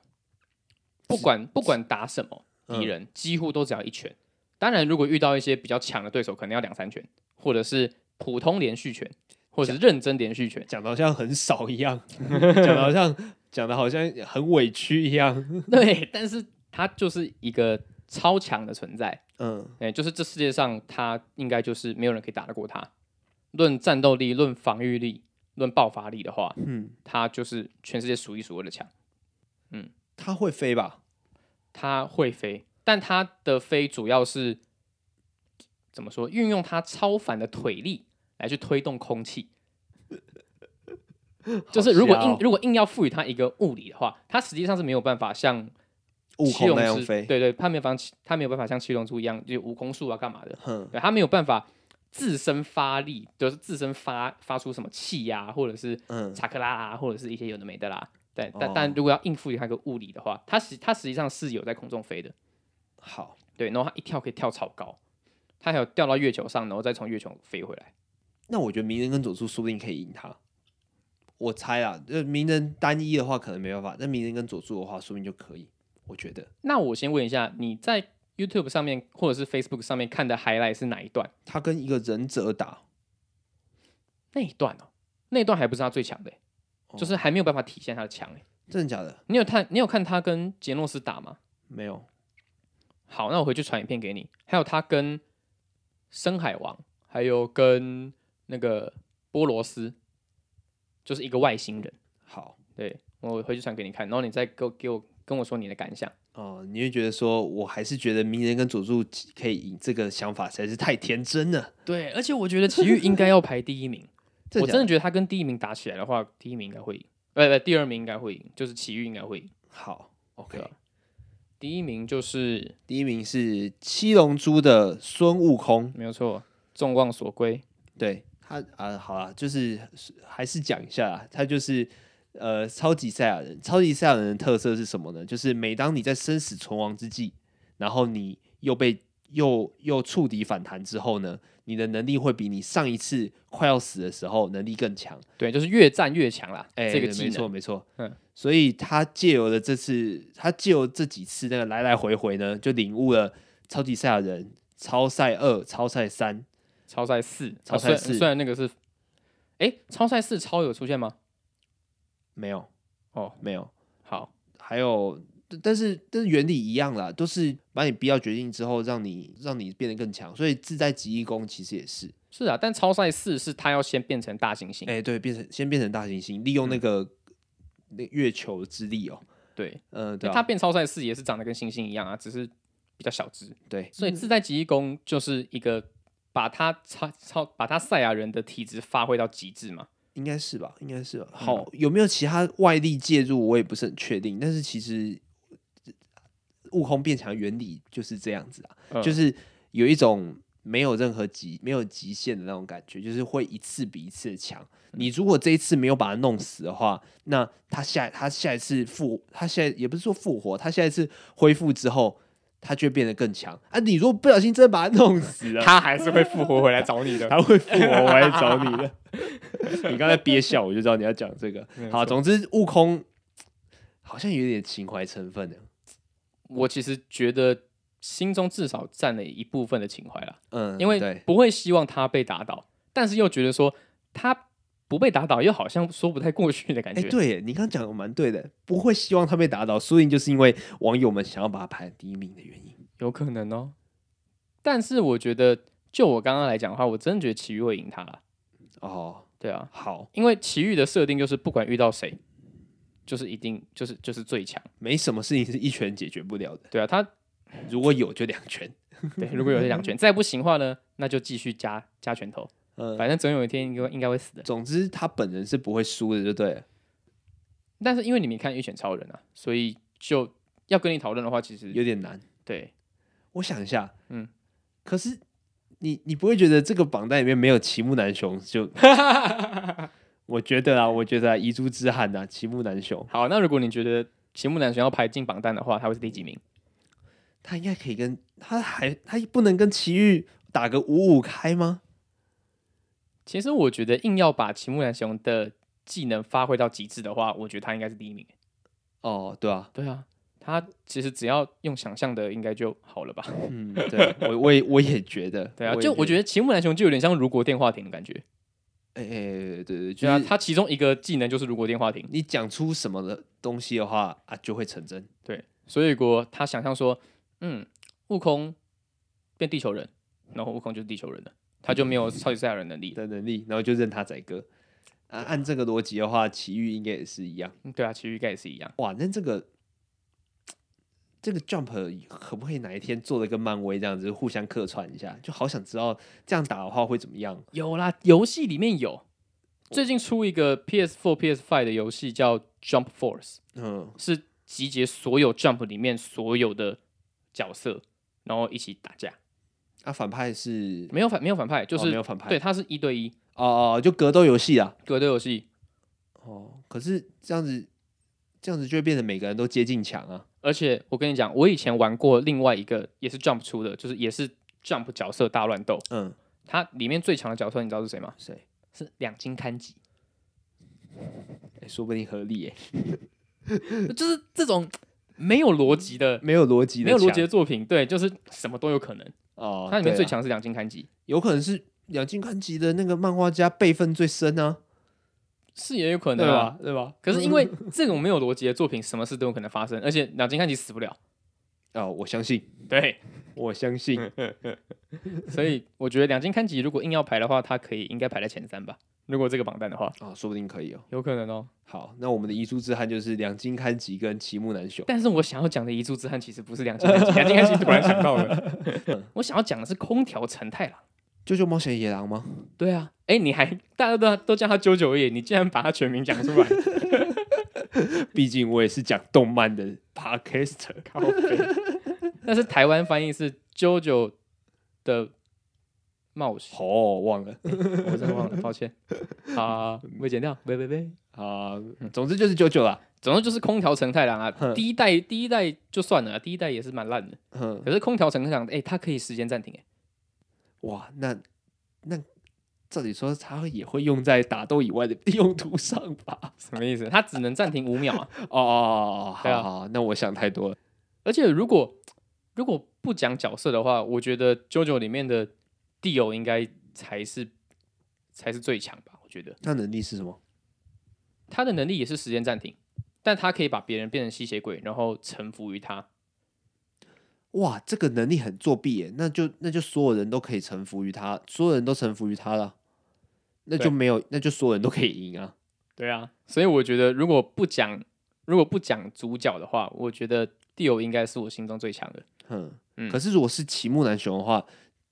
A: 不管不管打什么敌人，几乎都只要一拳。当然，如果遇到一些比较强的对手，可能要两三拳，或者是普通连续拳，或者是认真连续拳。
B: 讲的好像很少一样，讲的好像讲的好像很委屈一样。
A: 对，但是他就是一个超强的存在，
B: 嗯，
A: 哎、就是这世界上他应该就是没有人可以打得过他。论战斗力、论防御力、论爆发力的话，
B: 嗯，
A: 他就是全世界数一数二的强。
B: 它会飞吧？
A: 它会飞，但它的飞主要是怎么说？运用它超凡的腿力来去推动空气。 就是如果
B: 好
A: 硬
B: 笑哦
A: 如果硬要赋予它一个物理的话，它实际上是没有办法像
B: 悟
A: 七
B: 空
A: 龙
B: 那样
A: 珠，
B: 飞，
A: 对对，它没有办法，它没有办法像七龙珠一样，就悟空术啊干嘛的，
B: 哼，
A: 对，它没有办法自身发力，就是自身发发出什么气呀、或者是
B: 嗯，
A: 查克拉啊，或者是一些有的没的啦。对，但、
B: 哦
A: 但如果要应付它一个物理的话，它实它实际上是有在空中飞的。
B: 好，
A: 对，然后它一跳可以跳超高，它还有掉到月球上，然后再从月球飞回来。
B: 那我觉得鸣人跟佐助说不定可以赢他。我猜啊，呃，鸣人单一的话可能没办法，但鸣人跟佐助的话，说不定就可以。我觉得
A: 那我先问一下，你在 YouTube 上面或者是 Facebook 上面看的 highlight 是哪一段？
B: 他跟一个忍者打，
A: 那一段哦，那一段还不是他最强的欸、
B: 哦
A: 就是还没有办法体现他的强、欸。
B: 真的假的？
A: 你有看你有看他跟杰诺斯打吗？
B: 没有，
A: 好，那我回去传影片给你。还有他跟深海王，还有跟那个波罗斯，就是一个外星人。
B: 好，
A: 对我回去传给你看，然后你再给我给我跟我说你的感想。
B: 哦、你会觉得说，我还是觉得鸣人跟佐助可以赢，这个想法实在是太天真了。
A: 对，而且我觉得奇遇应该要排第一名。我
B: 假
A: 真的觉得他跟第一名打起来的话，第一名应该会赢，不不，第二名应该会赢，就是奇遇应该会赢。
B: 好，OK，、
A: 对啊第一名就是
B: 第一名是《七龙珠》的孙悟空，
A: 没有错，众望所归。
B: 对他啊、好啦，就是还是讲一下啦，他就是呃，超级赛亚人。超级赛亚人的特色是什么呢？就是每当你在生死存亡之际，然后你又被又又触底反弹之后呢，你的能力会比你上一次快要死的时候能力更强。
A: 对，就是越战越强啦，
B: 哎、
A: 这个
B: 对
A: 技
B: 没错
A: 能。
B: 没错，
A: 嗯
B: 所以他借由了这次，他借由这几次那个来来回回呢，就领悟了超级赛亚人、超赛二、超赛三，
A: 超赛四，
B: 超
A: 哦
B: 赛
A: 虽然
B: 四
A: 虽然那个是，哎，超赛四超有出现吗？
B: 没有
A: 哦，
B: 没有，
A: 好，
B: 还有，但但是但是原理一样啦，都是把你逼到绝境之后，让你让你变得更强，所以自在极意功其实也是，
A: 是啊，但超赛四是他要先变成大猩猩。
B: 哎、对，变成先变成大猩猩，利用那
A: 嗯
B: 个、那月球之力哦、
A: 对，
B: 嗯、对、啊，
A: 他变超赛四也是长得跟猩猩一样啊，只是比较小只。
B: 对
A: 所以自在极意功就是一个把他超超把他赛亚人的体质发挥到极致嘛。
B: 应该是吧，应该是吧。好，有没有其他外力介入，我也不是很确定。但是其实，悟空变强的原理就是这样子啊，
A: 嗯
B: 就是有一种没有任何极没有极限的那种感觉，就是会一次比一次强。你如果这一次没有把他弄死的话，那他下他下一次复他下也不是说复活，他下一次恢复之后，他就会变得更强啊。你如果不小心真的把他弄死 了，
A: 他还是会复活回来找你的。
B: 他会复我，我来找你的。 你刚才憋笑，我就知道你要讲这个
A: 没。有
B: 好，总之悟空好像有点情怀成分的。
A: 我其实觉得心中至少占了一部分的情怀啦，
B: 嗯，
A: 因为
B: 对，
A: 不会希望他被打倒，但是又觉得说他不被打倒，又好像说不太过去的感
B: 哎，
A: 觉。
B: 对耶，你刚刚讲的蛮对的，不会希望他被打倒，说不定就是因为网友们想要把他排第一名的原因。
A: 有可能哦。但是我觉得，就我刚刚来讲的话，我真的觉得奇遇会赢他啦。
B: 哦，
A: 对啊，
B: 好，
A: 因为奇遇的设定就是不管遇到谁，就是一定就是就是最强。
B: 没什么事情是一拳解决不了的，
A: 对啊，他
B: 如果有就两拳。
A: 对如果有这两拳，再不行的话呢，那就继续加加拳头，
B: 嗯，
A: 反正总有一天应该应该会死的。
B: 总之他本人是不会输的，就对了，
A: 但是因为你没看《一拳超人》啊，所以就要跟你讨论的话，其实
B: 有点难。
A: 对
B: 我想一下，嗯
A: 嗯，
B: 可是你你不会觉得这个榜单里面没有齐木楠雄就？ 我觉得啊，我觉得啊，遗珠之憾啊，齐木楠雄，
A: 好。那如果你觉得齐木楠雄要排进榜单的话，他会是第几名？
B: 他应该可以跟他还他不能跟齐豫打个五五开吗？
A: 其实我觉得硬要把齐木楠雄的技能发挥到极致的话，我觉得他应该是第一名。
B: 哦，对啊，
A: 对啊，他其实只要用想象的，应该就好了吧？
B: 嗯，对我我也我也觉得，
A: 对啊，就我觉
B: 得，
A: 得秦木南雄就有点像如国电话亭的感觉。
B: 哎、哎对对对，就
A: 对啊，
B: 是
A: 他其中一个技能就是如国电话亭。
B: 你讲出什么的东西的话啊，就会成真。
A: 对，所以国他想象说，嗯，悟空变地球人，然后悟空就是地球人了，他就没有超级赛亚人能力了。
B: 的能力，然后就认他宰割。啊，按这个逻辑的话，奇遇应该也是一样。
A: 嗯对啊，其实应该也是一样。
B: 哇，那这个这个 Jump 可不可以哪一天做的跟漫威这样子互相客串一下？就好想知道这样打的话会怎么样。
A: 有啦，游戏里面有。最近出一个 PS4、PS5 的游戏叫《Jump Force》，
B: 嗯，
A: 是集结所有 Jump 里面所有的角色，然后一起打架。
B: 啊，反派是
A: 没有反没有反派，就
B: 哦
A: 是、
B: 没有反派，
A: 对，它是一对一
B: 哦哦，就格斗游戏啊。
A: 格斗游戏，
B: 哦，可是这样子，这样子就会变得每个人都接近强啊。
A: 而且我跟你讲，我以前玩过另外一个也是 Jump 出的，就是也是 Jump 角色大乱斗。
B: 嗯，
A: 它里面最强的角色你知道是谁吗？
B: 谁？
A: 是两金刊吉，
B: 哎说不定合理耶，
A: 就是这种没有逻辑的、
B: 没有逻嗯辑的
A: 没
B: 强，
A: 有逻辑的作品，对，就是什么都有可能。
B: 哦。
A: 它里面
B: 对
A: 最
B: 啊，
A: 强是两金刊吉，
B: 有可能是两金刊集的那个漫画家辈分最深啊。
A: 是也有可
B: 对
A: 能啊。
B: 吧？对吧？
A: 可是因 为这种没有逻辑的作品，什么事都有可能发生，而且两金刊吉死不了。
B: 哦，我相信，
A: 对，
B: 我相信，
A: 嗯所以我觉得两金刊吉如果硬要排的话，它可以应该排在前三吧。如果这个榜单的话，
B: 啊、说不定可以哦。
A: 有可能哦。
B: 好，那我们的遗珠之憾就是两金刊吉跟齐木楠雄。
A: 但是我想要讲的遗珠之憾其实不是两金刊吉，两金刊吉突然想到了， 我想要讲的是空调陈太郎。
B: 啾啾冒险野狼吗？
A: 对啊，哎，你还大家都都叫他九九夜，你竟然把他全名讲 出来，
B: 毕竟我也是讲动漫的 podcaster。
A: 靠背但是台湾翻译是九九的冒险，
B: 哦，忘了
A: 我真的忘了，抱 歉。啊，没剪掉，喂喂喂。
B: 啊、总之就是啾啾啦。
A: 总之就是空调成太郎 啊，
B: 哼
A: 第一代第一代就算了啊，第一代也是蛮烂的。
B: 嗯，
A: 可是空调成太郎，哎、它可以时间暂停、哎，
B: 哇，那那照理说它也会用在打斗以外的 用途上吧？
A: 什么意思？它只能暂停五秒啊。
B: 哦哦，
A: 对啊
B: 好好，那我想太多了。
A: 而且如果如果不讲角色的话，我觉得《JoJo》里面的 Dio 应该才是才是最强吧？我觉得
B: 那能力是什么？
A: 他的能力也是时间暂停，但他可以把别人变成吸血鬼，然后臣服于他。
B: 哇，这个能力很作弊耶！那就那就所有人都可以臣服于他，所有人都臣服于他了，那就
A: 对
B: 没有，那就所有人都可以赢啊！
A: 对啊，所以我觉得如果不讲如果不讲主角的话，我觉得 Dio 应该是我心中最强的。
B: 哼，
A: 嗯
B: 可是如果是奇木南雄的话，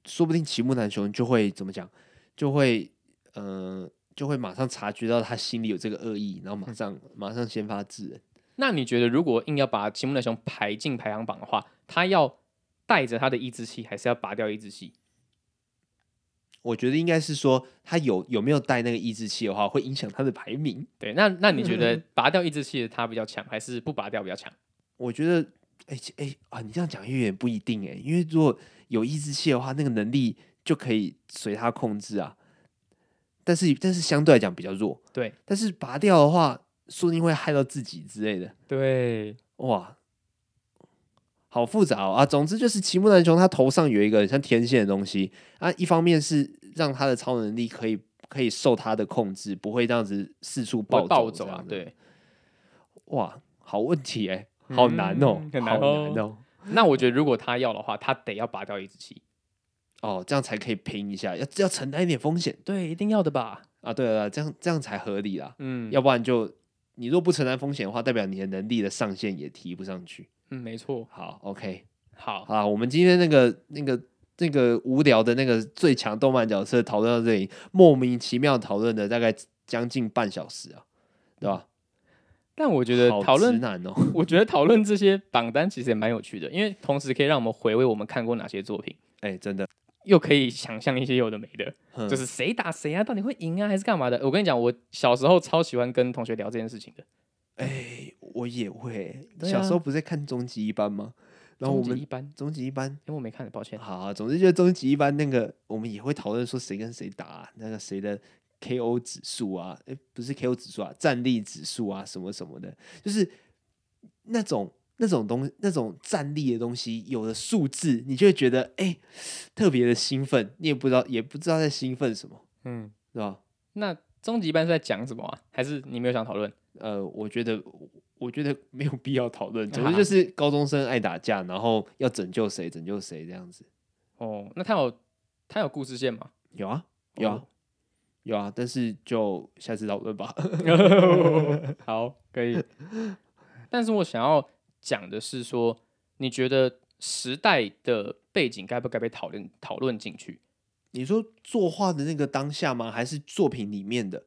B: 说不定奇木南雄就会怎么讲，就会呃，就会马上察觉到他心里有这个恶意，然后马上、马上先发制人。
A: 那你觉得如果硬要把齐木楠雄排进排行榜的话，他要带着他的一支气，还是要拔掉一支气？
B: 我觉得应该是说他有有没有带那个抑制器的话，会影响他的排名。
A: 对，那那你觉得拔掉一支气的他比较强，还是不拔掉比较强？
B: 我觉得，哎、其哎、啊，你这样讲又有点不一定哎、因为如果有抑制器的话，那个能力就可以随他控制啊。但是但是相对来讲比较弱，
A: 对
B: 但是拔掉的话，说不定会害到自己之类的。
A: 对，
B: 哇，好复杂哦啊！总之就是齐木楠雄他头上有一个很像天线的东西啊，一方面是让他的超能力可以可以受他的控制，不会这样子四处
A: 不
B: 暴
A: 会暴
B: 走
A: 走
B: 这样
A: 啊，
B: 子，
A: 对。
B: 哇，好问题哎、好难哦、
A: 嗯很
B: 好
A: 难哦
B: 难哦。
A: 那我觉得如果他要的话，他得要拔掉一支气。
B: 哦，这样才可以拼一下，要要承担一点风险
A: 对，一定要的吧？
B: 啊！对了，这样这样才合理啦，
A: 嗯，
B: 要不然就你若不承担风险的话，代表你的能力的上限也提不上去。
A: 嗯，没错。
B: 好，OK，
A: 好，
B: 好啦，我们今天那个那个那个无聊的那个最强动漫角色讨论到这里，莫名其妙讨论了大概将近半小时啊，对吧？
A: 但嗯我觉得
B: 好
A: 讨
B: 直
A: 论，
B: 男哦，
A: 我觉得讨论这些榜单其实也蛮有趣的，因为同时可以让我们回味我们看过哪些作品，
B: 哎、真的，
A: 又可以想象一些有的没的，
B: 嗯
A: 就是谁打谁啊，到底会赢啊，还是干嘛的？我跟你讲，我小时候超喜欢跟同学聊这件事情的。
B: 哎、我也会，
A: 对
B: 小时
A: 啊
B: 候不是在看终极一班吗？然后我
A: 终极一
B: 们
A: 般，
B: 终极一班
A: 因为我没看，抱歉。
B: 啊好、啊，总之就是终极一般那个，我们也会讨论说谁跟谁打、那个谁的 KO 指数啊，诶，不是 KO 指数啊，战力指数啊，什么什么的，就是那种那种东那种战力的东西，有了数字，你就会觉得诶，特别的兴奋，你也不知道也不知道在兴奋什么，
A: 嗯，
B: 是吧？
A: 那终极班是在讲什么啊？还是你没有想讨论？
B: 呃，我觉得我觉得没有必要讨论，总之就是高中生爱打架，然后要拯救谁拯救谁这样子。
A: 哦，那他有他有故事线 吗？
B: 有啊，有啊，
A: 哦
B: 有啊，但是就下次讨论吧。
A: 好，可以。但是我想要讲的是说，你觉得时代的背景该不该被讨论讨论进去？
B: 你说作画的那个当下吗？还是作品里面的？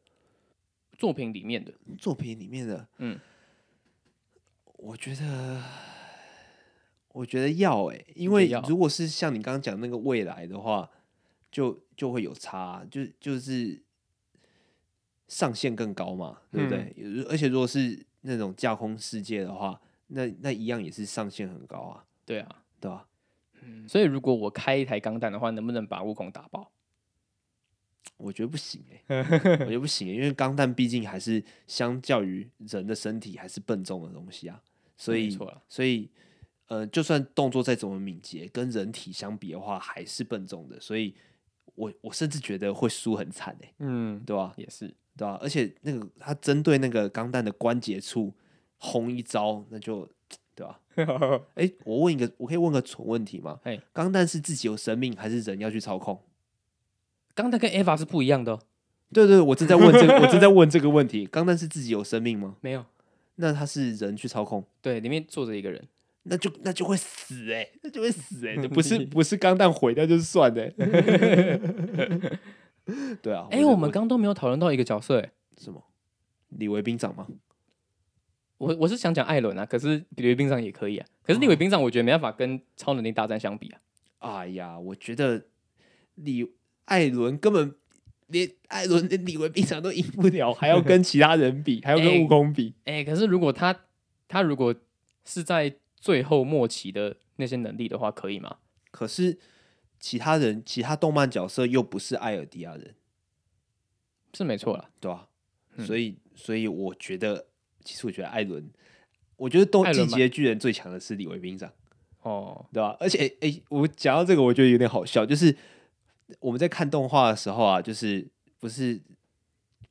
A: 作品里面的，
B: 作品里面的，
A: 嗯，
B: 我觉得，我觉得要哎、因
A: 你
B: 为
A: 觉得要
B: 如果是像你刚刚讲那个未来的话，就就会有差啊，就就是上限更高嘛，对不对？而且如果是那种架空世界的话，那那一样也是上限很高啊，
A: 对啊。
B: 对吧、
A: 所以如果我开一台钢弹的话，能不能把悟空打爆？
B: 我觉得不行 哎、我觉得不行、欸，因为钢弹毕竟还是相较于人的身体还是笨重的东西啊，所
A: 没
B: 以
A: 错啦
B: 所以呃，就算动作再怎么敏捷，跟人体相比的话还是笨重的，所以我我甚至觉得会输很惨哎、
A: 嗯，
B: 对吧、
A: 也 是。
B: 对吧、而且那个他针对那个钢弹的关节处轰一招，那就对吧、哎、我问一个，我可以问个蠢问题吗
A: 嘿？
B: 钢弹是自己有生命，还是人要去操控？
A: 钢弹跟 EVA 是不一样的、哦，
B: 对对，我正在问这个，我 正在问这个问题。钢弹是自己有生命吗？
A: 没有。
B: 那它是人去操控，
A: 对，里面坐着一个人。
B: 那就那就会死哎、那就会死哎、不是不是钢弹毁掉就算的、对啊，
A: 哎、
B: 是
A: 我们刚刚都没有讨论到一个角色、哎，
B: 什么？李维兵长吗？
A: 我我是想讲艾伦啊，可是李维兵长也可以啊。可是李维兵长，我觉得没办法跟超能力大战相比啊。
B: 哎呀，我觉得李艾伦根本连艾伦连李维兵长都赢不了，还要跟其他人比，还 要
A: 哎
B: 跟悟空比。
A: 哎、可是如果他他如果是在最后末期的那些能力的话，可以吗？
B: 可是其他人其他动漫角色又不是艾尔迪亚人。
A: 是没错啦，
B: 对啊，
A: 嗯
B: 所以所以我觉得，其实我觉得艾伦，我觉得冬
A: 艾
B: 季
A: 伦吧
B: 节巨人最强的是李维兵长，
A: 哦，
B: 对吧、而且诶、诶我讲到这个，我觉得有点好笑，就是我们在看动画的时候啊，就是不是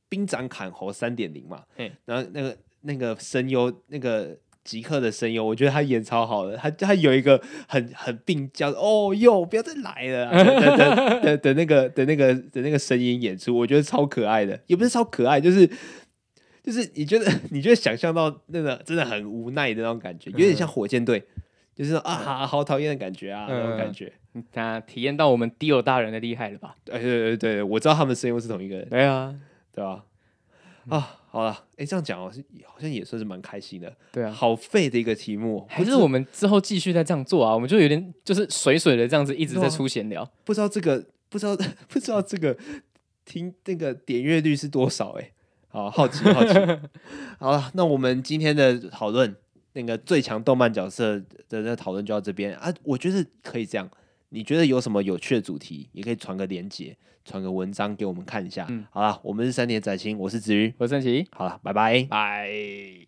B: 兵长砍猴三点零嘛
A: 嘿，
B: 然后那个那个声优那个。极客的声优，我觉得他演超好的，他他有一个很很病娇的哦哟，不要再来了啊的的的的那个的那个的那个声音演出，我觉得超可爱的，也不是超可爱，就是就是你觉得 你就会想象到那个真的很无奈的那种感觉，有
A: 嗯
B: 点像火箭队，就是啊好好讨厌的感觉啊那
A: 嗯
B: 种感觉。哎
A: 那体验到我们迪尔大人的厉害了吧？
B: 对对对对，我知道他们声优是同一个人，
A: 对啊，
B: 对吧？啊，好了，哎，这样讲哦，是好像也算是蛮开心的。
A: 对啊。
B: 好废的一个题目，哦
A: 还
B: 不
A: 是
B: 知
A: 我们之后继续再这样做啊？我们就有点就是水水的这样子一直在出闲聊，
B: 不知道这个 不知道不知道这个听那个点阅率是多少哎、好好奇好奇。好了，那我们今天的讨论那个最强动漫角色的那讨论就到这边啊。我觉得可以这样，你觉得有什么有趣的主题，也可以传个链接，传个文章给我们看一下。
A: 嗯
B: 好了，我们是三点仔星，我是子瑜。
A: 我是郑奇，
B: 好了，拜拜。
A: 拜。